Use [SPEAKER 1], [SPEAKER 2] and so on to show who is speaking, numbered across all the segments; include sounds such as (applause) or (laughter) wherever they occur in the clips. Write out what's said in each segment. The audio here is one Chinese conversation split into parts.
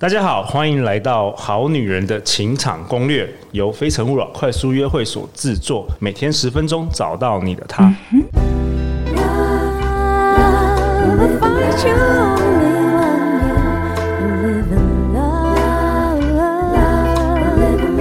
[SPEAKER 1] 大家好，欢迎来到《好女人的情场攻略》，由非诚勿扰快速约会所制作，每天十分钟，找到你的他。
[SPEAKER 2] Love, if I only one you live in love, live in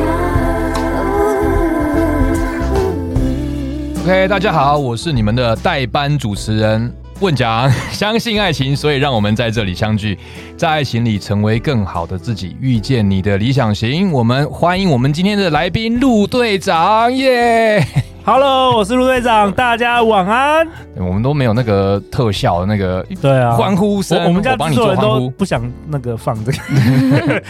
[SPEAKER 2] love.
[SPEAKER 3] OK，大家好，我是你们的代班主持人问讲。 (laughs) 相信爱情，所以让我们在这里相聚，在爱情里成为更好的自己，遇见你的理想型。我们欢迎我们今天的来宾陆队长
[SPEAKER 4] (laughs)
[SPEAKER 3] 耶
[SPEAKER 4] Hello，我是陆队长，大家晚安。
[SPEAKER 3] 我们都没有那个特效，那个
[SPEAKER 4] 对啊，
[SPEAKER 3] 欢呼声
[SPEAKER 4] 我我们家
[SPEAKER 3] 我帮你
[SPEAKER 4] 制作
[SPEAKER 3] 做
[SPEAKER 4] 人
[SPEAKER 3] 欢
[SPEAKER 4] 都
[SPEAKER 3] 呼
[SPEAKER 4] 不想那个放这个，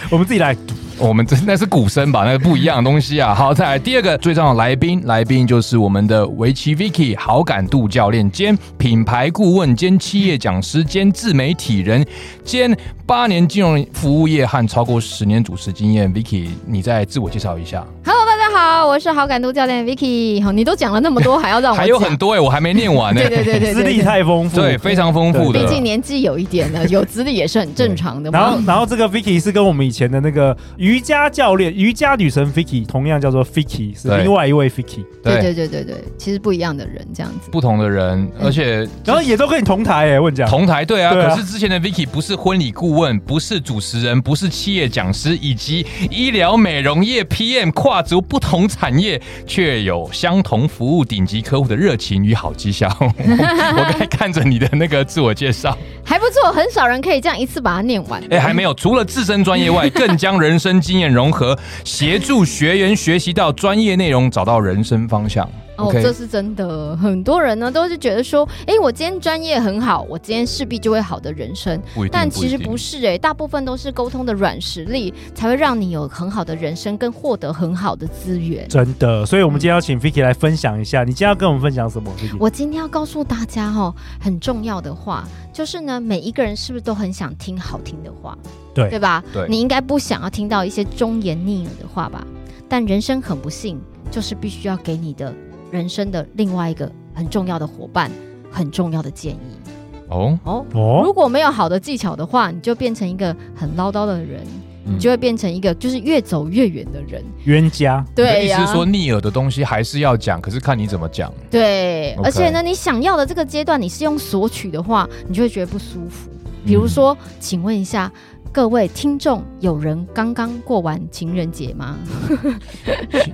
[SPEAKER 4] 我们自己来。
[SPEAKER 3] 我们真那是鼓声吧，那个不一样的东西啊。好，再来第二个最重要的来宾，来宾就是我们的围棋 Vicky 好感度教练兼品牌顾问兼企业讲师兼自媒体人兼八年金融服务业和超过十年主持经验。Vicky，你再自我介绍一下。
[SPEAKER 5] Hello，大家好，我是好感度教练 Vicky。好，你哦都讲了那
[SPEAKER 3] (laughs)
[SPEAKER 5] 么多，还要让我
[SPEAKER 3] 还有
[SPEAKER 5] 讲
[SPEAKER 3] 很多哎、我还没念完呢、
[SPEAKER 5] 对对对对
[SPEAKER 4] 资历
[SPEAKER 5] 对对，
[SPEAKER 4] 太丰富，
[SPEAKER 3] 对非常丰富
[SPEAKER 5] 毕竟
[SPEAKER 3] 的。
[SPEAKER 5] 年纪有一
[SPEAKER 3] (laughs)
[SPEAKER 5] 点了，有资历也是很正常的
[SPEAKER 4] 然后
[SPEAKER 5] 嘛，。
[SPEAKER 4] 然后这个 Vicky 是跟我们以前的那个瑜伽教练、瑜伽女神 Vicky 同样叫做 Vicky，是
[SPEAKER 3] 对
[SPEAKER 4] 另外一位 Vicky，
[SPEAKER 5] 对嗯对对对对，其实不一样的人这样子。
[SPEAKER 3] 不同的人，而且
[SPEAKER 4] 然后也都跟你同台哎，问讲
[SPEAKER 3] 同台对啊，
[SPEAKER 4] 对啊
[SPEAKER 3] 可是之前的 Vicky 不是婚礼顾问，不是主持人，不是企业讲师，以及医疗美容业 PM，跨足不同产业，却有相同服务顶级客户的热情与好绩效。我该看着你的那个自我介绍，
[SPEAKER 5] 还不错，很少人可以这样一次把它念完。
[SPEAKER 3] 哎、还没有，除了自身专业外，更将人生经验融合，协助学员学习到专业内容，找到人生方向。
[SPEAKER 5] 哦
[SPEAKER 3] OK，
[SPEAKER 5] 这是真的。很多人呢都是觉得说，哎，我今天专业很好，我今天势必就会好的人生。
[SPEAKER 3] 不一定
[SPEAKER 5] 但其实
[SPEAKER 3] 一定
[SPEAKER 5] 不是诶、大部分都是沟通的软实力才会让你有很好的人生，跟获得很好的资源。
[SPEAKER 4] 真的，所以我们今天要请 Vicky 来分享一下，你今天要跟我们分享什么？Vicky，
[SPEAKER 3] 嗯
[SPEAKER 5] 我今天要告诉大家哦，很重要的话就是呢，每一个人是不是都很想听好听的话？
[SPEAKER 4] 对
[SPEAKER 5] 对吧？
[SPEAKER 3] 对
[SPEAKER 5] 你应该不想要听到一些忠言逆耳的话吧？但人生很不幸，就是必须要给你的人生的另外一个很重要的伙伴，很重要的建议
[SPEAKER 3] 哦，
[SPEAKER 5] 哦。
[SPEAKER 4] 哦，
[SPEAKER 5] 如果没有好的技巧的话，你就变成一个很唠叨的人，
[SPEAKER 3] 嗯
[SPEAKER 5] 你就会变成一个就是越走越远的人。
[SPEAKER 4] 冤家，
[SPEAKER 3] 你
[SPEAKER 5] 对
[SPEAKER 3] 的
[SPEAKER 5] 呀、
[SPEAKER 3] 意思是说逆耳的东西还是要讲，可是看你怎么讲。
[SPEAKER 5] 对
[SPEAKER 3] OK
[SPEAKER 5] 而且呢，你想要的这个阶段，你是用索取的话，你就会觉得不舒服。比如说，请问一下各位听众，有人刚刚过完情人节吗？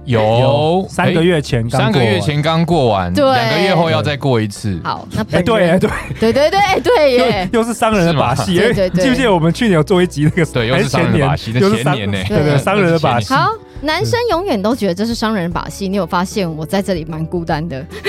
[SPEAKER 3] 有
[SPEAKER 4] 三个
[SPEAKER 3] 哎
[SPEAKER 4] 月前刚过
[SPEAKER 3] 三
[SPEAKER 4] 完，
[SPEAKER 3] 个月前刚过完，
[SPEAKER 5] 对
[SPEAKER 3] 两个月后要再过一次。
[SPEAKER 5] 好，那本
[SPEAKER 4] 哎，
[SPEAKER 5] 人
[SPEAKER 4] 对哎对。
[SPEAKER 5] 对对对对耶，
[SPEAKER 4] 又又是商人的把戏，
[SPEAKER 5] 是吗
[SPEAKER 4] 因为
[SPEAKER 5] 对对对
[SPEAKER 4] 记不记得我们去年有做一集那个？
[SPEAKER 3] 对又
[SPEAKER 4] 还
[SPEAKER 3] 是商人的把戏
[SPEAKER 4] 前
[SPEAKER 3] 那
[SPEAKER 4] 年，又
[SPEAKER 3] 前
[SPEAKER 4] 是商
[SPEAKER 3] 年呢
[SPEAKER 4] 对对，
[SPEAKER 5] 对
[SPEAKER 4] 商人的把戏。
[SPEAKER 5] 好，男生永远都觉得这是商人把戏，你有发现我在这里蛮孤单的， (laughs)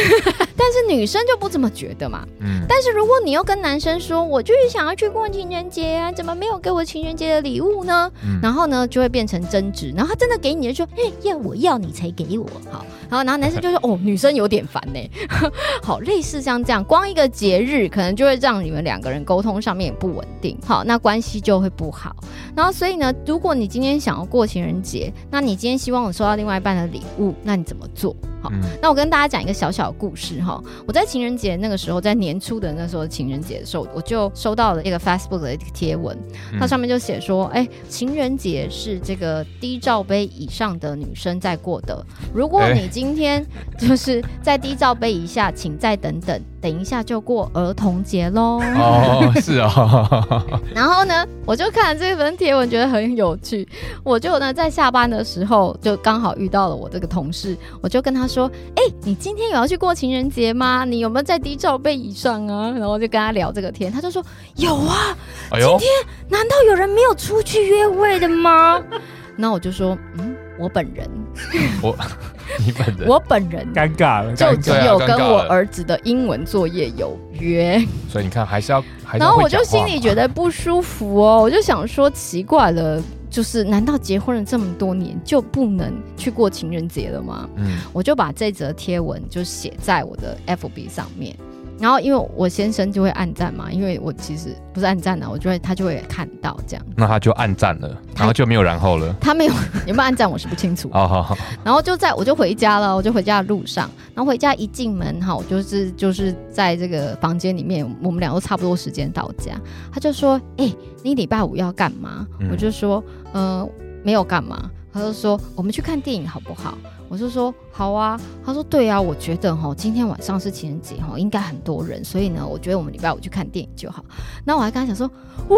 [SPEAKER 5] 但是女生就不这么觉得嘛。
[SPEAKER 3] 嗯，
[SPEAKER 5] 但是如果你又跟男生说，我就是想要去过情人节啊，怎么没有给我情人节的礼物呢？
[SPEAKER 3] 嗯
[SPEAKER 5] 然后呢就会变成争执，然后他真的给你就说，嘿，要我要你才给我，好，然后然后男生就说，哦，女生有点烦呢、 (laughs) 好，类似像这样，光一个节日可能就会让你们两个人沟通上面也不稳定，好，那关系就会不好。然后所以呢，如果你今天想要过情人节，那你今天希望我收到另外一半的礼物，那你怎么做？好，
[SPEAKER 3] 嗯
[SPEAKER 5] 那我跟大家讲一个小小的故事哈。我在情人节那个时候，在年初的那时候情人节的时候，我就收到了一个 Facebook 的一个贴文，
[SPEAKER 3] 嗯
[SPEAKER 5] 它上面就写说，哎、情人节是这个低罩杯以上的女生在过的。如果
[SPEAKER 3] 哎
[SPEAKER 5] 你今天就是在低罩杯以下，请再等等，等一下就过儿童节喽。
[SPEAKER 3] 哦，是哦， (laughs)
[SPEAKER 5] 然后呢，我就看了这份贴文，觉得很有趣。我就呢在下班的时候，就刚好遇到了我这个同事，我就跟他说：“哎、你今天有要去过情人节吗？你有没有在低罩杯以上啊？”然后就跟他聊这个天，他就说：“有啊，
[SPEAKER 3] 哎呦，
[SPEAKER 5] 难道有人没有出去约会的吗？”那我就说：“嗯，我本人，
[SPEAKER 3] 你本人，
[SPEAKER 5] 我本人。”
[SPEAKER 4] 尴尬了，
[SPEAKER 5] 就
[SPEAKER 4] 尴
[SPEAKER 5] 只
[SPEAKER 4] 尬
[SPEAKER 5] 有
[SPEAKER 3] 对啊尴
[SPEAKER 5] 跟
[SPEAKER 3] 尬
[SPEAKER 5] 我
[SPEAKER 3] 了
[SPEAKER 5] 儿子的英文作业有约，
[SPEAKER 3] 所以你看还是要，还是
[SPEAKER 5] 然
[SPEAKER 3] 要
[SPEAKER 5] 后
[SPEAKER 3] 会
[SPEAKER 5] 我
[SPEAKER 3] 讲
[SPEAKER 5] 就
[SPEAKER 3] 话
[SPEAKER 5] 心里觉得不舒服哦，我就想说奇怪了，就是难道结婚了这么多年就不能去过情人节了吗？
[SPEAKER 3] 嗯，
[SPEAKER 5] 我就把这则贴文就写在我的 FB 上面。然后因为我先生就会暗赞嘛，因为我其实不是暗赞啊的、我就会他就会看到这样。
[SPEAKER 3] 那他就暗赞了，然后就没有然后了。
[SPEAKER 5] 他没有 (laughs) 有没有暗赞我是不清楚，
[SPEAKER 3] 哦，好好，
[SPEAKER 5] 然后就在我就回家了，我就回家的路上，然后回家一进门哈，我就是就是在这个房间里面，我们俩都差不多时间到家，他就说：“哎、你礼拜五要干嘛？”
[SPEAKER 3] 嗯
[SPEAKER 5] 我就说：“呃，没有干嘛。”他就说：“我们去看电影好不好？”我就说好啊，他说对啊，我觉得哈，今天晚上是情人节哈，应该很多人，所以呢，我觉得我们礼拜五去看电影就好。那我还跟他讲说，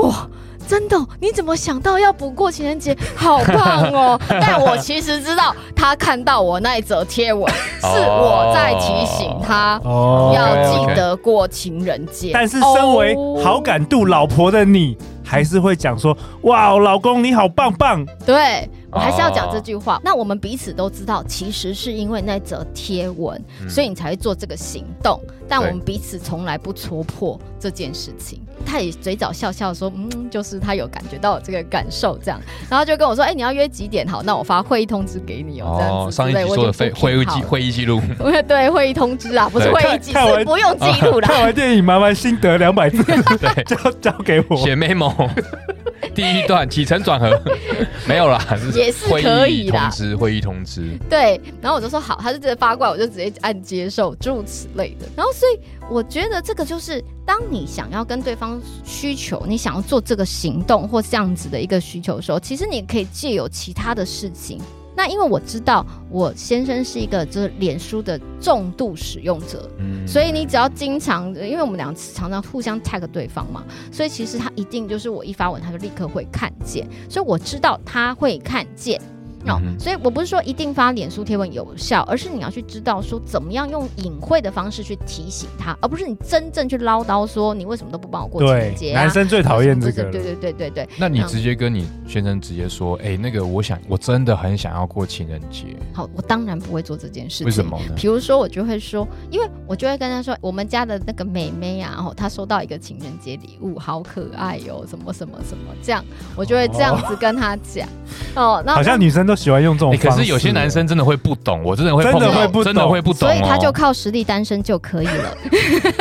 [SPEAKER 5] 哇，真的哦，你怎么想到要补过情人节？好棒
[SPEAKER 4] (laughs)
[SPEAKER 5] 哦！但我其实知道，他看到我那一则贴文，是我在提醒他
[SPEAKER 4] 哦
[SPEAKER 5] 要记得过情人节。
[SPEAKER 4] 但是身为
[SPEAKER 5] 哦
[SPEAKER 4] 好感度老婆的你，还是会讲说：“哇，老公你好棒棒。
[SPEAKER 5] 对我还是要
[SPEAKER 3] 哦
[SPEAKER 5] 讲这句话。那我们彼此都知道，其实是因为那则贴文，
[SPEAKER 3] 嗯
[SPEAKER 5] 所以你才会做这个行动。但我
[SPEAKER 3] 对
[SPEAKER 5] 们彼此从来不戳破这件事情。他也嘴角笑笑说：“嗯，就是他有感觉到我这个感受这样。”然后就跟我说：“哎、你要约几点？好，那我发会议通知给你哦。”这样子之
[SPEAKER 3] 上一
[SPEAKER 5] 类，
[SPEAKER 3] 集
[SPEAKER 5] 我
[SPEAKER 3] 说的
[SPEAKER 5] 就不
[SPEAKER 3] 会会议
[SPEAKER 5] 听
[SPEAKER 3] 记
[SPEAKER 5] 好
[SPEAKER 3] 会议记录，
[SPEAKER 5] 了 (laughs) 对会议通知啊，不是
[SPEAKER 3] 对
[SPEAKER 5] 会议
[SPEAKER 4] 看
[SPEAKER 5] 记，
[SPEAKER 4] 看完
[SPEAKER 5] 是不用记
[SPEAKER 3] (laughs)
[SPEAKER 5] 录”啦。
[SPEAKER 4] 看完电影，麻烦心得两
[SPEAKER 5] (laughs)
[SPEAKER 4] 百字
[SPEAKER 3] 对，
[SPEAKER 4] (laughs) 交交给我。
[SPEAKER 3] 写 memo。第一段起承转合没
[SPEAKER 5] (laughs)
[SPEAKER 3] 有啦，
[SPEAKER 5] 也是
[SPEAKER 3] 会
[SPEAKER 5] 可
[SPEAKER 3] 议
[SPEAKER 5] 以啦
[SPEAKER 3] 通知，会议通知，
[SPEAKER 5] (laughs) 对，然后我就说好，他就直接发过来，我就直接按接受，诸如此类的。然后所以我觉得这个就是，当你想要跟对方需求，你想要做这个行动或这样子的一个需求的时候，其实你可以借由其他的事情。那因为我知道我先生是一个就是脸书的重度使用者，
[SPEAKER 3] 嗯
[SPEAKER 5] 所以你只要经常，因为我们俩常常互相 tag 对方嘛，所以其实他一定就是我一发文，他就立刻会看见，所以我知道他会看见。哦
[SPEAKER 3] 嗯哼
[SPEAKER 5] 所以我不是说一定发脸书贴文有效，而是你要去知道说怎么样用隐晦的方式去提醒他，而不是你真正去唠叨说你为什么都不帮我过情人节
[SPEAKER 4] 对，
[SPEAKER 5] 啊。
[SPEAKER 4] 男生最讨厌这个
[SPEAKER 5] 为什么不是
[SPEAKER 4] 了。
[SPEAKER 5] 对对对对对，
[SPEAKER 3] 那你
[SPEAKER 5] 嗯
[SPEAKER 3] 直接跟你先生直接说，哎，那个我想，我真的很想要过情人节，
[SPEAKER 5] 好，我当然不会做这件事情。
[SPEAKER 3] 为什么呢？
[SPEAKER 5] 比如说，我就会说，因为我就会跟他说，我们家的那个妹妹啊，哦，她收到一个情人节礼物，好可爱哟、什么什么什么，这样我就会这样子跟他讲。哦，那
[SPEAKER 4] 好像女生都喜欢用这种
[SPEAKER 3] 哎，
[SPEAKER 4] 方式。
[SPEAKER 3] 可是有些男生真的会不懂，我真的会
[SPEAKER 4] 真的
[SPEAKER 3] 碰到
[SPEAKER 4] 会不
[SPEAKER 3] 真的
[SPEAKER 4] 懂
[SPEAKER 3] 会不懂
[SPEAKER 5] 所
[SPEAKER 3] 哦，
[SPEAKER 5] 以他就靠实力单身就可以
[SPEAKER 4] (laughs)
[SPEAKER 5] 了。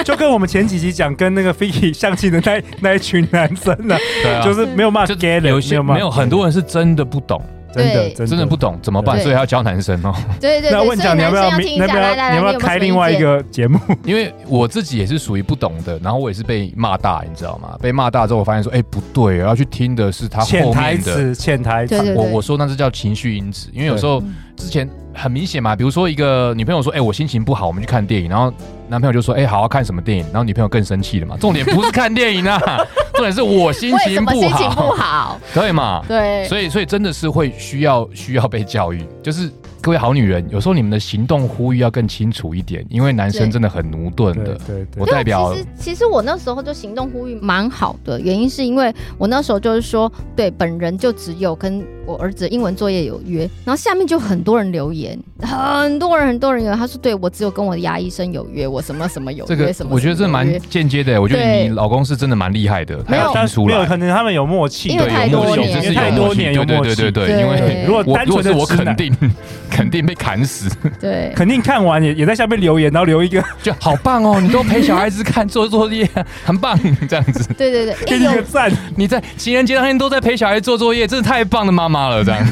[SPEAKER 4] 就跟我们前几集讲跟那个 Fiki 相亲的那 (laughs) 那一群男生呢，
[SPEAKER 3] 对啊
[SPEAKER 4] 就是没有骂
[SPEAKER 3] 就
[SPEAKER 4] gay 的，
[SPEAKER 3] 有些
[SPEAKER 4] 骂
[SPEAKER 3] 没有很多人是真的不懂，
[SPEAKER 4] 真的
[SPEAKER 5] 对
[SPEAKER 4] 真的
[SPEAKER 3] 真的不懂怎么办，
[SPEAKER 5] 对
[SPEAKER 3] 所以要教男生哦。 (laughs)
[SPEAKER 5] 对对对，
[SPEAKER 4] 那
[SPEAKER 5] 所
[SPEAKER 4] 问
[SPEAKER 5] 以
[SPEAKER 4] 讲
[SPEAKER 5] 男
[SPEAKER 4] 你要不
[SPEAKER 5] 生
[SPEAKER 4] 要
[SPEAKER 5] 听
[SPEAKER 4] 明
[SPEAKER 5] 一
[SPEAKER 4] 要
[SPEAKER 5] 下，
[SPEAKER 4] 不
[SPEAKER 5] 来来来，
[SPEAKER 4] 要你要不要
[SPEAKER 5] 有没有
[SPEAKER 4] 开
[SPEAKER 5] 什么
[SPEAKER 4] 另外
[SPEAKER 5] 意
[SPEAKER 4] 一
[SPEAKER 5] 见
[SPEAKER 4] 个节目？
[SPEAKER 3] 因为我自己也是属于不懂的，然后我也是被骂大，你知道吗？被骂大之后，我发现说，哎、不对，我要去听的是他
[SPEAKER 4] 潜
[SPEAKER 3] 后
[SPEAKER 4] 台
[SPEAKER 3] 面的。
[SPEAKER 4] 词，潜台
[SPEAKER 5] 对
[SPEAKER 4] 词。
[SPEAKER 5] 对
[SPEAKER 3] 我我说那是叫情绪因子，因为有时候
[SPEAKER 5] 对嗯
[SPEAKER 3] 之前很明显嘛，比如说一个女朋友说，哎、我心情不好，我们去看电影，然后男朋友就说，哎、好好看什么电影，然后女朋友更生气了嘛。重点不是看电影啊， (laughs) 重点是我心
[SPEAKER 5] 为什
[SPEAKER 3] 情
[SPEAKER 5] 么
[SPEAKER 3] 不
[SPEAKER 5] 心情不
[SPEAKER 3] 好，
[SPEAKER 5] 好？
[SPEAKER 3] 对嘛？
[SPEAKER 5] 对，
[SPEAKER 3] 所以，所以真的是会需要需要被教育，就是各位好女人，有时候你们的行动呼吁要更清楚一点，因为男生
[SPEAKER 5] 对
[SPEAKER 3] 真的很驽钝
[SPEAKER 4] 对
[SPEAKER 3] 的。
[SPEAKER 4] 对对
[SPEAKER 3] 我代表
[SPEAKER 5] 啊其实其实我那时候就行动呼吁蛮好的，原因是因为我那时候就是说，对本人就只有跟我儿子英文作业有约，然后下面就很多人留言， (laughs) 很多人很多人有，他说对我只有跟我的牙医生有约，我什么什么有
[SPEAKER 3] 这
[SPEAKER 5] 约，
[SPEAKER 3] 个
[SPEAKER 5] 什么
[SPEAKER 3] 我觉得这
[SPEAKER 5] 什么有
[SPEAKER 3] 蛮
[SPEAKER 5] 约
[SPEAKER 3] 间接的，我觉得
[SPEAKER 5] 对
[SPEAKER 3] 你老公是真的蛮厉害的，他
[SPEAKER 5] 没有
[SPEAKER 3] 要听
[SPEAKER 4] 但
[SPEAKER 3] 出
[SPEAKER 4] 没有，
[SPEAKER 3] 来。
[SPEAKER 4] 可能他们有默契，
[SPEAKER 5] 因为太
[SPEAKER 3] 有
[SPEAKER 5] 多
[SPEAKER 3] 默契，
[SPEAKER 5] 年
[SPEAKER 3] 这
[SPEAKER 5] 了
[SPEAKER 3] 是
[SPEAKER 5] 因为
[SPEAKER 3] 有
[SPEAKER 4] 太
[SPEAKER 3] 默
[SPEAKER 4] 多
[SPEAKER 3] 契
[SPEAKER 4] 年有
[SPEAKER 3] 对对
[SPEAKER 4] 默
[SPEAKER 3] 对
[SPEAKER 4] 契。
[SPEAKER 3] 对对，
[SPEAKER 5] 对
[SPEAKER 3] 因为
[SPEAKER 5] 对
[SPEAKER 4] 如果
[SPEAKER 3] 我
[SPEAKER 4] 单
[SPEAKER 3] 如果
[SPEAKER 4] 纯
[SPEAKER 3] 是
[SPEAKER 4] 的
[SPEAKER 3] 我
[SPEAKER 4] 直
[SPEAKER 3] 肯
[SPEAKER 4] 男，
[SPEAKER 3] 定 (laughs) 肯定被砍
[SPEAKER 4] (laughs)
[SPEAKER 3] 死，
[SPEAKER 5] 对。
[SPEAKER 4] 肯定看完也也在下面留言，然后留一
[SPEAKER 5] (laughs)
[SPEAKER 4] 个
[SPEAKER 3] 就好棒哦！你都陪小孩子看 (laughs) 做作业，很棒，这样子。(laughs)
[SPEAKER 5] 对对对，
[SPEAKER 4] 给
[SPEAKER 5] 哎、
[SPEAKER 4] 你一
[SPEAKER 5] 有
[SPEAKER 4] 个赞，
[SPEAKER 3] 你在情人节当天都在陪小孩做作业，真的太棒的妈妈了，这样。
[SPEAKER 4] (laughs)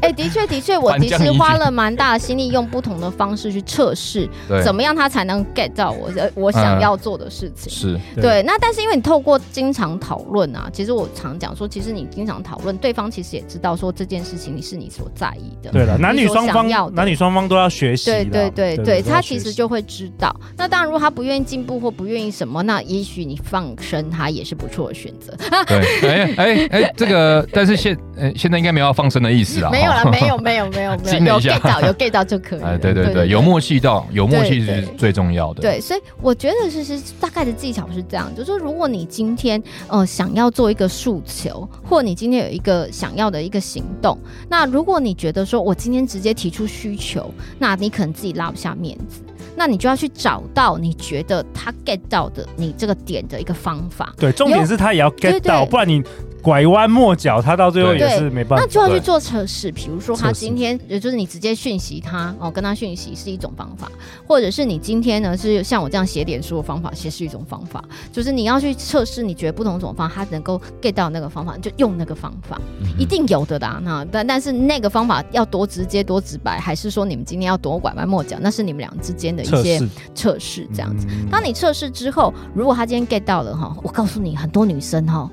[SPEAKER 5] 哎、的确的确，我
[SPEAKER 3] 反
[SPEAKER 5] 的
[SPEAKER 3] 将
[SPEAKER 5] 确
[SPEAKER 3] 一军
[SPEAKER 5] 花了蛮大的心力，用不同的方式去测试，
[SPEAKER 3] 对，嗯
[SPEAKER 5] 怎么样他才能 get 到我呃我想要做的事情。
[SPEAKER 3] 是？
[SPEAKER 5] 对，那但是因为你透过经常讨论啊，其实我常讲说，其实你经常讨论，对方其实也知道说这件事情你是你所在意的。
[SPEAKER 4] 对了，男女双
[SPEAKER 5] 你所想要的
[SPEAKER 4] 方男女双方都要学习啦。
[SPEAKER 5] 对对对对，
[SPEAKER 4] 都要
[SPEAKER 5] 他
[SPEAKER 4] 学
[SPEAKER 5] 其
[SPEAKER 4] 习
[SPEAKER 5] 实就会知道。那当然，如果他不愿意进步或不愿意什么，那也许你放生他也是不错的选择。
[SPEAKER 3] 对，哎哎哎，这个，但是现呃现在应该没有要放生的意思啦。
[SPEAKER 5] 没有啦，
[SPEAKER 3] 哈
[SPEAKER 5] 没有没有没有
[SPEAKER 3] 啊
[SPEAKER 5] 没
[SPEAKER 3] (laughs) 惊
[SPEAKER 5] 有，
[SPEAKER 3] 了
[SPEAKER 5] 有
[SPEAKER 3] 一下
[SPEAKER 5] get 到有 get 到就可以了。
[SPEAKER 3] (laughs) 哎，对对对，有默契到，有默契
[SPEAKER 5] 对
[SPEAKER 3] 是
[SPEAKER 5] 对
[SPEAKER 3] 最重要的。，
[SPEAKER 5] 对，所以我觉得其实大概的技巧是这样，就是说如果你今天呃想要做一个诉求，或你今天有一个想要的一个行动，那如果你觉得说我今天直接提出需求，那你可能自己拉不下面子。那你就要去找到你觉得他 get 到的你这个点的一个方法，
[SPEAKER 4] 对，重点是他也要 get
[SPEAKER 5] 对对
[SPEAKER 4] 到，不然你拐弯抹角，他到最后
[SPEAKER 3] 对
[SPEAKER 4] 也是没办
[SPEAKER 5] 那
[SPEAKER 4] 法。
[SPEAKER 5] 就要去做测试，比如说他
[SPEAKER 4] 测试
[SPEAKER 5] 今天，也就是你直接讯息他哦，跟他讯息是一种方法，或者是你今天呢是像我这样写脸书的方法，也是一种方法，就是你要去测试，你觉得不同种方法，他能够 get 到那个方法，你就用那个方法，
[SPEAKER 4] 嗯
[SPEAKER 5] 一定有的啦。那但但是那个方法要多直接、多直白，还是说你们今天要多拐弯抹角，那是你们俩之间的一
[SPEAKER 4] 测
[SPEAKER 5] 些
[SPEAKER 4] 试
[SPEAKER 5] 测试这样子。
[SPEAKER 4] 嗯
[SPEAKER 5] 当你测试之后，如果他今天 get 到了哈，我告诉你，很多女生哈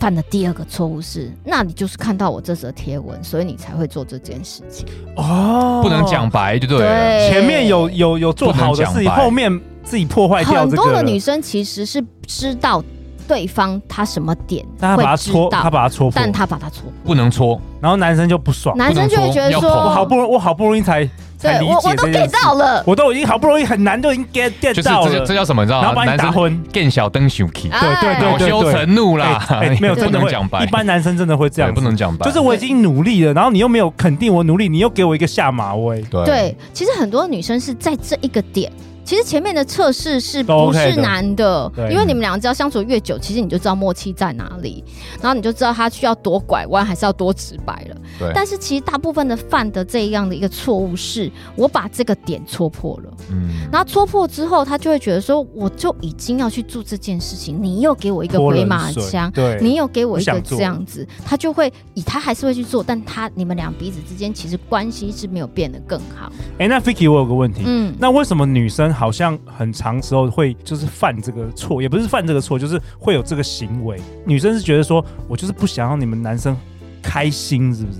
[SPEAKER 5] 犯的第二个错误是，那你就是看到我这则贴文，所以你才会做这件事情。
[SPEAKER 4] 哦
[SPEAKER 3] 不能讲白就对了。
[SPEAKER 4] 前面有有有做好
[SPEAKER 3] 不
[SPEAKER 4] 的事
[SPEAKER 3] 能
[SPEAKER 4] 情，
[SPEAKER 3] 讲白
[SPEAKER 4] 后面自己破坏掉
[SPEAKER 5] 很
[SPEAKER 4] 这
[SPEAKER 5] 多
[SPEAKER 4] 个了。
[SPEAKER 5] 的女生其实是知道对方他什么点
[SPEAKER 4] 但他把
[SPEAKER 5] 会
[SPEAKER 4] 它
[SPEAKER 5] 知
[SPEAKER 4] 戳，他
[SPEAKER 5] 道，
[SPEAKER 4] 把它戳破
[SPEAKER 5] 但，他把他戳破，
[SPEAKER 3] 不能搓，
[SPEAKER 4] 然后男生就不爽。
[SPEAKER 5] 男生就会觉得
[SPEAKER 3] 要
[SPEAKER 5] 说，
[SPEAKER 3] 捧
[SPEAKER 4] 我好不容易，我好不容易才才
[SPEAKER 5] 对
[SPEAKER 4] 理
[SPEAKER 5] 我我
[SPEAKER 4] 解
[SPEAKER 5] 都
[SPEAKER 4] 这件
[SPEAKER 5] get
[SPEAKER 4] 事，
[SPEAKER 5] 到了。
[SPEAKER 4] 我都已经好不容易很难就已经 get
[SPEAKER 3] 就
[SPEAKER 4] get
[SPEAKER 3] 是
[SPEAKER 4] 到
[SPEAKER 3] 这就
[SPEAKER 4] 了
[SPEAKER 3] 这，叫什么？你知道
[SPEAKER 4] 然后
[SPEAKER 3] 吗？
[SPEAKER 4] 把你
[SPEAKER 3] 男
[SPEAKER 4] 打
[SPEAKER 3] 生
[SPEAKER 4] 昏。
[SPEAKER 3] 更小灯小 k
[SPEAKER 5] 哎
[SPEAKER 4] 对对
[SPEAKER 3] 恼
[SPEAKER 4] 对
[SPEAKER 3] 羞成怒啦
[SPEAKER 4] 哎，哎没有真的
[SPEAKER 3] 啊不能
[SPEAKER 4] 会
[SPEAKER 3] 讲白，
[SPEAKER 4] 一般男生真的会这
[SPEAKER 3] 对
[SPEAKER 4] 样
[SPEAKER 3] 不
[SPEAKER 4] 子，
[SPEAKER 3] 能讲白，
[SPEAKER 4] 就是我已经努力了，然后你又没有肯定我努力，你又给我一个下马威。
[SPEAKER 3] 对
[SPEAKER 5] 对，其实很多女生是在这一个点。其实前面的测试是
[SPEAKER 4] 都
[SPEAKER 5] 不
[SPEAKER 4] OK
[SPEAKER 5] 是
[SPEAKER 4] 的
[SPEAKER 5] 难的，
[SPEAKER 4] 对
[SPEAKER 5] 因为你们俩只要相处越久，其实你就知道默契在哪里，然后你就知道他需要多拐弯还是要多直白了。
[SPEAKER 3] 对
[SPEAKER 5] 但是其实大部分的犯的这样的一个错误是，我把这个点戳破了，
[SPEAKER 3] 嗯，
[SPEAKER 5] 然后戳破之后，他就会觉得说，我就已经要去做这件事情，你又给我一个
[SPEAKER 4] 泼
[SPEAKER 5] 回
[SPEAKER 4] 冷
[SPEAKER 5] 马
[SPEAKER 4] 水
[SPEAKER 5] 枪，
[SPEAKER 4] 对，
[SPEAKER 5] 你有给我一
[SPEAKER 4] 不
[SPEAKER 5] 个
[SPEAKER 4] 想做
[SPEAKER 5] 这样子，他就会以他还是会去做，但他你们俩彼此之间其实关系是没有变得更好。
[SPEAKER 4] 哎，那 Vicky，我有个问题，
[SPEAKER 5] 嗯，
[SPEAKER 4] 那为什么女生好像很长时候会就是犯这个错，也不是犯这个错，就是会有这个行为？女生是觉得说我就是不想让你们男生开心，是不是？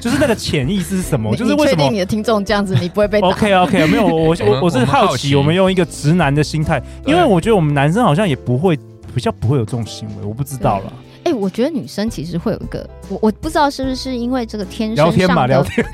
[SPEAKER 4] 就是那个潜意识是什么？
[SPEAKER 5] 你
[SPEAKER 4] 就是
[SPEAKER 5] 你
[SPEAKER 4] 为什
[SPEAKER 5] 确
[SPEAKER 4] 么
[SPEAKER 5] 定你的听众这样子，你不会被打？
[SPEAKER 4] ？OK OK，没有我
[SPEAKER 3] (laughs) 我
[SPEAKER 4] 我
[SPEAKER 3] 们
[SPEAKER 4] 我我
[SPEAKER 3] 我
[SPEAKER 4] 是
[SPEAKER 3] 们
[SPEAKER 4] 好
[SPEAKER 3] 好
[SPEAKER 4] 奇，
[SPEAKER 3] 奇
[SPEAKER 4] 我们用一个直男的心态，
[SPEAKER 3] 对
[SPEAKER 4] 因为我觉得我们男生好像也不会比较不会有这种行为，我不知道啦。
[SPEAKER 5] 哎、我觉得女生其实会有一个，我我不知道是不是因为这个天
[SPEAKER 4] 聊
[SPEAKER 5] 生
[SPEAKER 4] 天吧，
[SPEAKER 5] 上
[SPEAKER 4] 聊
[SPEAKER 5] 的
[SPEAKER 4] 天，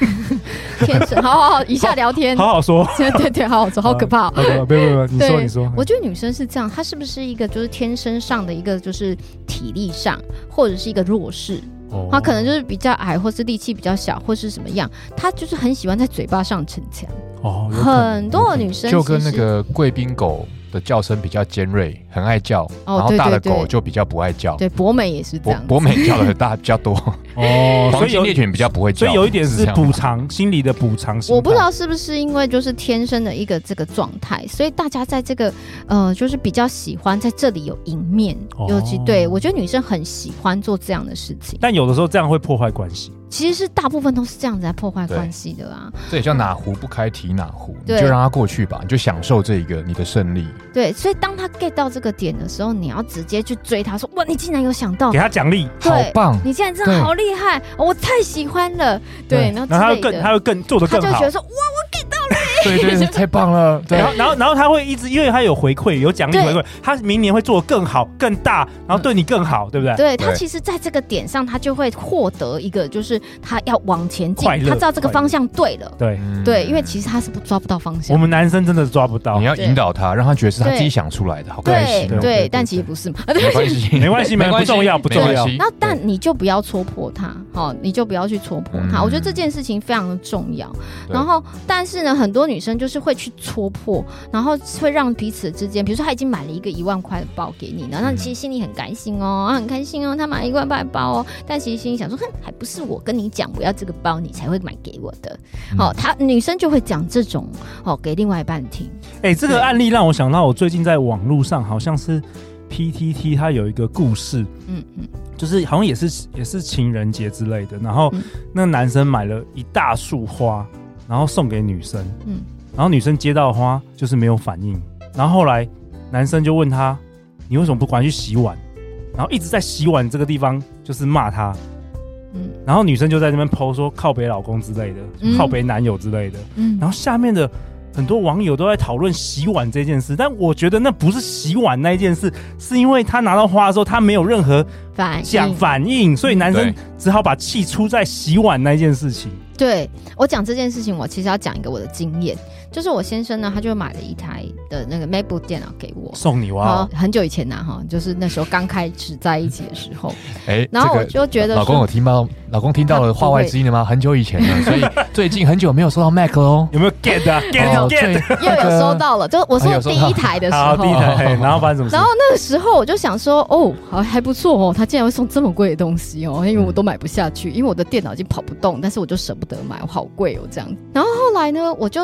[SPEAKER 5] 天生，好好好，以下聊天，
[SPEAKER 4] 好好说，
[SPEAKER 5] 对对对，好好说，好可怕、哦。
[SPEAKER 4] 好的，没有没有没有，你说
[SPEAKER 5] 对
[SPEAKER 4] 你说，嗯
[SPEAKER 5] 我觉得女生是这样，她是不是一个就是天生上的一个就是体力上，或者是一个弱势，
[SPEAKER 4] 哦
[SPEAKER 5] 她可能就是比较矮，或是力气比较小，或是什么样，她就是很喜欢在嘴巴上逞强。
[SPEAKER 4] 哦，有可能
[SPEAKER 5] 很多的女生
[SPEAKER 3] 就跟
[SPEAKER 5] 其
[SPEAKER 3] 那
[SPEAKER 5] 实
[SPEAKER 3] 个贵宾狗的叫声比较尖锐，很爱叫，
[SPEAKER 5] 哦
[SPEAKER 3] 然后大的
[SPEAKER 5] 对对对
[SPEAKER 3] 狗就比有可能比较不爱叫。
[SPEAKER 5] 对博美也是这
[SPEAKER 3] 博
[SPEAKER 5] 样子，
[SPEAKER 3] 博美叫的大比较多，
[SPEAKER 4] 哦， (laughs) 所
[SPEAKER 3] 黄
[SPEAKER 4] 以
[SPEAKER 3] 金
[SPEAKER 4] 有
[SPEAKER 3] 猎犬比较不会叫，
[SPEAKER 4] 所以有一点是
[SPEAKER 3] 这样吗
[SPEAKER 4] 补偿心理的补偿心态，
[SPEAKER 5] 我不知道是不是因为就是天生的一个这个状态，所以大家在这个呃，就是比较喜欢在这里有赢面，
[SPEAKER 4] 哦
[SPEAKER 5] 尤其对我觉得女生很喜欢做这样的事情，
[SPEAKER 4] 但有的时候这样会破坏关系。
[SPEAKER 5] 其实是大部分都是这样子在破坏
[SPEAKER 3] 对
[SPEAKER 5] 关系的啊。
[SPEAKER 3] 这也叫哪壶不开提哪壶，你
[SPEAKER 5] 对
[SPEAKER 3] 就让它过去吧，你就享受这一个你的胜
[SPEAKER 5] (laughs)
[SPEAKER 3] 利。
[SPEAKER 5] 对，所以当他 get 到这个点的时候，你要直接去追他说：“哇，你竟然有想到
[SPEAKER 4] 给，他奖励，
[SPEAKER 3] 好
[SPEAKER 5] 对，
[SPEAKER 3] 棒！
[SPEAKER 5] 你竟然真的
[SPEAKER 3] 对
[SPEAKER 5] 好厉害，哦我太喜欢了。”对，然后
[SPEAKER 4] 然后他会
[SPEAKER 5] 之类
[SPEAKER 4] 更，他
[SPEAKER 5] 的，
[SPEAKER 4] 会更做得
[SPEAKER 5] 他
[SPEAKER 4] 更
[SPEAKER 5] 就
[SPEAKER 4] 好
[SPEAKER 5] 觉得。说：“哇，
[SPEAKER 3] 对对，对太棒了！对
[SPEAKER 4] 然，后，然后，然后他会一直，因为他有回馈，有奖励
[SPEAKER 5] 对
[SPEAKER 4] 回馈，他明年会做得更好、更大，然后对你更好，对不对？
[SPEAKER 5] 对他
[SPEAKER 3] 对
[SPEAKER 5] 其实在这个点上，他就会获得一个，就是他要往前进
[SPEAKER 4] 快，乐
[SPEAKER 5] 他知道这个方向对了。
[SPEAKER 4] 对，
[SPEAKER 3] 嗯
[SPEAKER 5] 对，因为其实他是不抓不到方
[SPEAKER 4] 我
[SPEAKER 5] 向。
[SPEAKER 4] 们男生真的抓不到
[SPEAKER 3] 你，要引导他，让他觉得是他
[SPEAKER 5] 对
[SPEAKER 3] 自己想出来的，好开
[SPEAKER 5] 对
[SPEAKER 3] 心
[SPEAKER 5] 对
[SPEAKER 3] 哦。
[SPEAKER 4] 对
[SPEAKER 5] 但
[SPEAKER 4] 对
[SPEAKER 5] 其实不是嘛。
[SPEAKER 3] 没关系，
[SPEAKER 4] 没关系
[SPEAKER 3] 没关系，
[SPEAKER 4] 没关系不重要不重要
[SPEAKER 3] 没关系
[SPEAKER 5] 那但你就不要戳破他，好，你就不要去戳破他。
[SPEAKER 3] 嗯
[SPEAKER 5] 我觉得这件事情非常的重要。
[SPEAKER 3] 对
[SPEAKER 5] 然后，但是呢，很多女生就是会去戳破，然后会让彼此之间，比如说她已经买了一个一万块的包给你
[SPEAKER 3] 嗯
[SPEAKER 5] 了，那你其实心里很开心哦，啊很开心哦，她买了一万块的包哦，但其实心里想说，哼，还不是我跟你讲我要这个包，你才会买给我的。
[SPEAKER 3] 嗯
[SPEAKER 5] 好、她女生就会讲这种哦给另外一半听。
[SPEAKER 4] 哎，这个案例让我想到，我最近在网络上好像是 PTT，它有一个故事，
[SPEAKER 5] 嗯嗯，
[SPEAKER 4] 就是好像也是也是情人节之类的，然后
[SPEAKER 5] 嗯
[SPEAKER 4] 那男生买了一大束花，然后送给女生，
[SPEAKER 5] 嗯
[SPEAKER 4] 然后女生接到花就是没有反应，然后后来男生就问她，你为什么不赶快去洗碗？然后一直在洗碗这个地方就是骂她，
[SPEAKER 5] 嗯
[SPEAKER 4] 然后女生就在那边剖说靠北老公之类的，
[SPEAKER 5] 嗯
[SPEAKER 4] 靠北男友之类的，
[SPEAKER 5] 嗯，
[SPEAKER 4] 然后下面的。很多网友都在讨论洗碗这件事，但我觉得那不是洗碗那一件事，是因为他拿到花的时候，他没有任何
[SPEAKER 5] 反
[SPEAKER 4] 想
[SPEAKER 5] 应
[SPEAKER 4] 反应，所以男生
[SPEAKER 3] 对
[SPEAKER 4] 只好把气出在洗碗那件事情。
[SPEAKER 5] 对我讲这件事情，我其实要讲一个我的经验，就是我先生呢，他就买了一台的那个 MacBook 电脑给我。
[SPEAKER 4] 送你
[SPEAKER 5] 好，
[SPEAKER 4] 哇，哦
[SPEAKER 5] 很久以前呐、哈，就是那时候刚开始在一起的时候，
[SPEAKER 3] 哎，
[SPEAKER 5] 然
[SPEAKER 3] 这
[SPEAKER 5] 后我
[SPEAKER 3] 个
[SPEAKER 5] 就觉得
[SPEAKER 3] 老公有
[SPEAKER 5] 说，
[SPEAKER 3] 听到，老公听到了话外之音了吗？很久以前
[SPEAKER 5] (laughs)
[SPEAKER 3] 了，所以最近很久没有收到 Mac 喽。
[SPEAKER 4] 有没有 get 啊？get
[SPEAKER 3] 哦
[SPEAKER 4] get，
[SPEAKER 3] 最
[SPEAKER 5] 又有收到了，就是我
[SPEAKER 3] 哎
[SPEAKER 5] 说
[SPEAKER 3] 有收
[SPEAKER 5] 第
[SPEAKER 3] 到
[SPEAKER 5] 一台的时
[SPEAKER 4] 好，
[SPEAKER 5] 候
[SPEAKER 4] 第一，台，嘿然后发生什么事
[SPEAKER 5] 然？后那个时候我就想说，哦，好还不错哦，他竟然会送这么贵的东西哦，因为我都买不下去，因为我的电脑已经跑不动，但是我就舍不得买，我好贵哦这样。然后后来呢，我就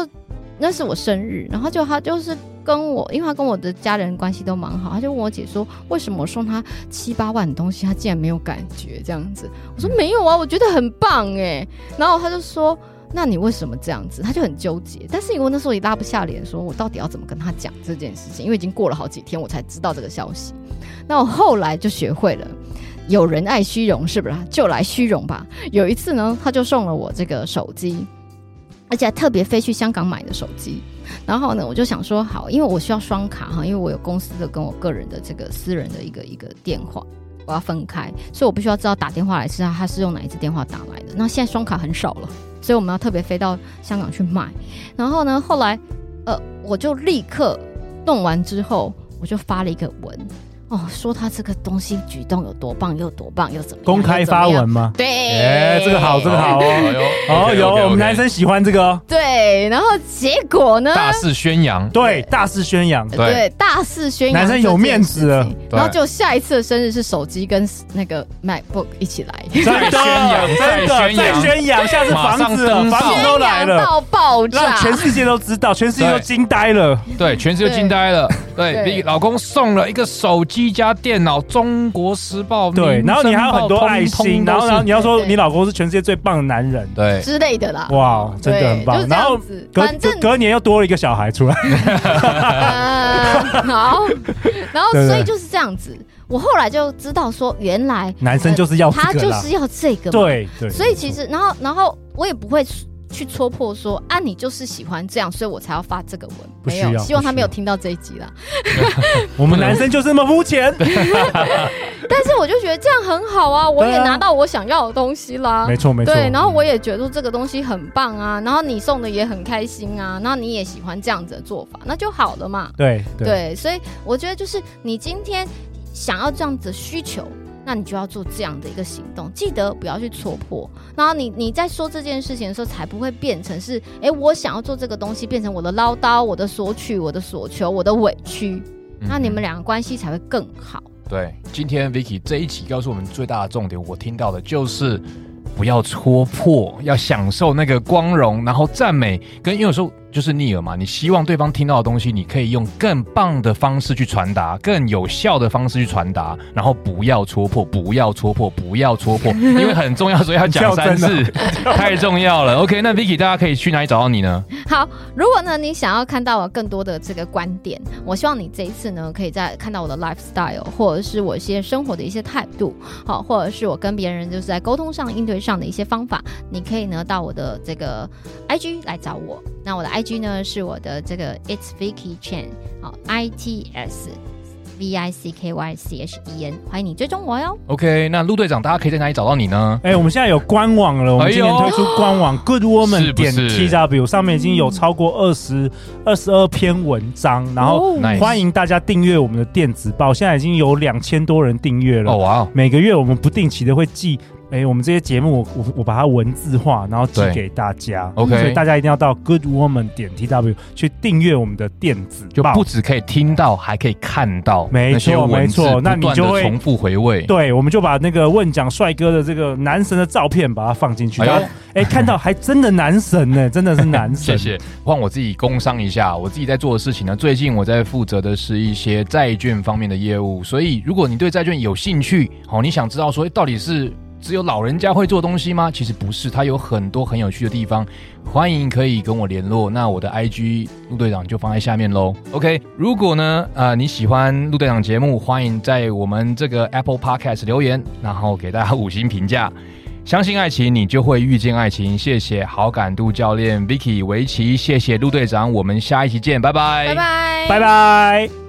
[SPEAKER 5] 那是我生日，然后就他就是跟我，因为他跟我的家人关系都蛮好，他就问我姐说，为什么我送他七八万的东西，他竟然没有感觉这样子？我说没有啊，我觉得很棒哎。然后他就说。那你为什么这样子？他就很纠结，但是因为我那时候也拉不下脸，说我到底要怎么跟他讲这件事情，因为已经过了好几天，我才知道这个消息。那我后来就学会了，有人爱虚荣，是不是啊？就来虚荣吧。 (laughs) 有一次呢，他就送了我这个手机，而且还特别飞去香港买的手机。然后呢，我就想说好，因为我需要双卡哈，因为我有公司的跟我个人的这个私人的一个一个电话。我要分开，所以我必须要知道打电话来是他他是用哪一支电话打来的。那现在双卡很少了，所以我们要特别飞到香港去买。然后呢，后来呃，我就立刻弄完之后，我就发了一个文，哦，说他这个东西举动有多棒，又多棒，又怎么样
[SPEAKER 4] 公开发，
[SPEAKER 5] 又怎
[SPEAKER 4] 文
[SPEAKER 5] 么样
[SPEAKER 4] 吗？
[SPEAKER 5] 对，
[SPEAKER 4] 哎这个好这个好
[SPEAKER 3] 哦，
[SPEAKER 4] 哦，
[SPEAKER 3] OK，OK，OK
[SPEAKER 4] 有我们男生喜欢这个哦，
[SPEAKER 5] 对，然后结果呢？
[SPEAKER 3] 大肆宣扬，
[SPEAKER 4] 对，大肆宣扬，
[SPEAKER 3] 对
[SPEAKER 5] 大肆宣扬，
[SPEAKER 4] 男生有面子啊了。
[SPEAKER 3] 对
[SPEAKER 5] 然后就下一次的生日是手机跟那个 MacBook 一起来，
[SPEAKER 3] 再宣扬
[SPEAKER 4] 真
[SPEAKER 3] 再宣
[SPEAKER 4] 的，
[SPEAKER 3] 扬
[SPEAKER 4] 再宣扬，下次
[SPEAKER 3] 马上
[SPEAKER 4] 房子了
[SPEAKER 3] 登上
[SPEAKER 4] 房子都
[SPEAKER 5] 宣
[SPEAKER 4] 来
[SPEAKER 5] 扬
[SPEAKER 4] 了，
[SPEAKER 5] 到爆炸
[SPEAKER 4] 让，全世界都知道，全世界都
[SPEAKER 3] 对
[SPEAKER 4] 惊呆了。
[SPEAKER 3] 对，全世界惊呆了。对，
[SPEAKER 5] 对
[SPEAKER 3] 你老公送了一个手机加电脑，《中国时报》
[SPEAKER 4] 对，
[SPEAKER 5] 嗯
[SPEAKER 4] 然后你还有很多爱心，
[SPEAKER 3] 民生报
[SPEAKER 4] 然后然
[SPEAKER 3] 通通都
[SPEAKER 4] 后
[SPEAKER 3] 是
[SPEAKER 4] 你要说
[SPEAKER 5] 对
[SPEAKER 4] 你老公是全世界最棒的男人，
[SPEAKER 3] 对，
[SPEAKER 5] 之类的啦。
[SPEAKER 4] 哇，真的很
[SPEAKER 5] 对就
[SPEAKER 4] 棒。
[SPEAKER 5] 是这
[SPEAKER 4] 然后
[SPEAKER 5] 样子，
[SPEAKER 4] 隔
[SPEAKER 5] 反正
[SPEAKER 4] 隔年又多了一个小孩出来，
[SPEAKER 5] 呃好，然后
[SPEAKER 4] 对对
[SPEAKER 5] 所以就是这样子。我后来就知道说，原来
[SPEAKER 4] 男生就是要
[SPEAKER 5] 他
[SPEAKER 4] 这个
[SPEAKER 5] 就
[SPEAKER 4] 啦。
[SPEAKER 5] 是要这个嘛，
[SPEAKER 4] 对对，
[SPEAKER 5] 所以其实，然后，然后我也不会去戳破说啊，你就是喜欢这样，所以我才要发这个文。
[SPEAKER 4] 不
[SPEAKER 5] 没
[SPEAKER 4] 需要
[SPEAKER 5] 有，希望他
[SPEAKER 4] 不需要
[SPEAKER 5] 没有听到这一集啦。
[SPEAKER 4] 我们男生就是这么肤浅。
[SPEAKER 5] 但是我就觉得这样很好啊，我也
[SPEAKER 4] 对啊
[SPEAKER 5] 拿到我想要的东西啦。
[SPEAKER 4] 没错没错。
[SPEAKER 5] 对，然后我也觉得这个东西很棒啊，然后你送的也很开心啊，然后你也喜欢这样子的做法，那就好了嘛。
[SPEAKER 4] 对对
[SPEAKER 5] 对，所以我觉得就是你今天想要这样子的需求，那你就要做这样的一个行动，记得不要去戳破。然后你你在说这件事情的时候，才不会变成是，诶，我想要做这个东西，变成我的唠叨、我的索取、我的所求、我的委屈，那你们两个关系才会更好。
[SPEAKER 3] 对，今天 Vicky 这一集告诉我们最大的重点，我听到的就是不要戳破，要享受那个光荣，然后赞美，跟因为有时候就是逆耳嘛，你希望对方听到的东西，你可以用更棒的方式去传达，更有效的方式去传达，然后不要戳破，不要戳破，不要戳破，因为很重要，所以要讲三次，太重要了。OK，那 Vicky 大家可以去哪里找到你呢？
[SPEAKER 5] 好，如果呢你想要看到我更多的这个观点，我希望你这一次呢可以再看到我的 lifestyle，或者是我一些生活的一些态度，好，或者是我跟别人就是在沟通上、应对上的一些方法，你可以呢到我的这个 IG 来找我。那我的 IG 呢是我的这个 It's Vicky Chen，好，I T S。V I C K Y C H E N，欢迎你追踪我哟。
[SPEAKER 3] OK，那陆队长，大家可以在哪里找到你呢？
[SPEAKER 4] 哎、我们现在有官网了，我们今年推出
[SPEAKER 5] 哎
[SPEAKER 4] 官网 Good Woman
[SPEAKER 3] 是不
[SPEAKER 4] 点
[SPEAKER 3] 是
[SPEAKER 4] T W，上面已经有超过二十二十二篇文章，然后
[SPEAKER 5] 哦
[SPEAKER 3] Nice
[SPEAKER 4] 欢迎大家订阅我们的电子报，现在已经有两千多人订阅了。
[SPEAKER 3] 哦哇哦，
[SPEAKER 4] 每个月我们不定期的会寄，哎、我们这些节目我我我把它文字化，然后寄
[SPEAKER 3] 对
[SPEAKER 4] 给大家。
[SPEAKER 3] OK
[SPEAKER 4] 所以大家一定要到 Good Woman 点 T W 去订阅我们的电子
[SPEAKER 3] 就
[SPEAKER 4] 报
[SPEAKER 3] 不。只可以听到，还可以看到
[SPEAKER 4] 没
[SPEAKER 3] 那些
[SPEAKER 4] 错
[SPEAKER 3] 文字
[SPEAKER 4] 没错
[SPEAKER 3] 不
[SPEAKER 4] 那你
[SPEAKER 3] 断
[SPEAKER 4] 就
[SPEAKER 3] 地
[SPEAKER 4] 会
[SPEAKER 3] 重复回味。
[SPEAKER 4] 对，我们就把那个问奖帅哥的这个男神的照片把它放进去，
[SPEAKER 3] 哎呦
[SPEAKER 4] 大家哎、看到还真的男神呢、真的是男神。
[SPEAKER 3] (laughs) 谢谢。换我自己工商一下，我自己在做的事情呢，最近我在负责的是一些债券方面的业务，所以如果你对债券有兴趣，哦，你想知道说诶到底是。只有老人家会做东西吗？其实不是，它有很多很有趣的地方，欢迎可以跟我联络。那我的 IG 陆队长就放在下面喽。OK，如果呢，呃，你喜欢陆队长节目，欢迎在我们这个 Apple Podcast 留言，然后给大家五星评价。相信爱情，你就会遇见爱情。谢谢好感度教练 Vicky 维奇，谢谢陆队长，我们下一期见，拜拜
[SPEAKER 5] 拜拜，
[SPEAKER 4] 拜拜。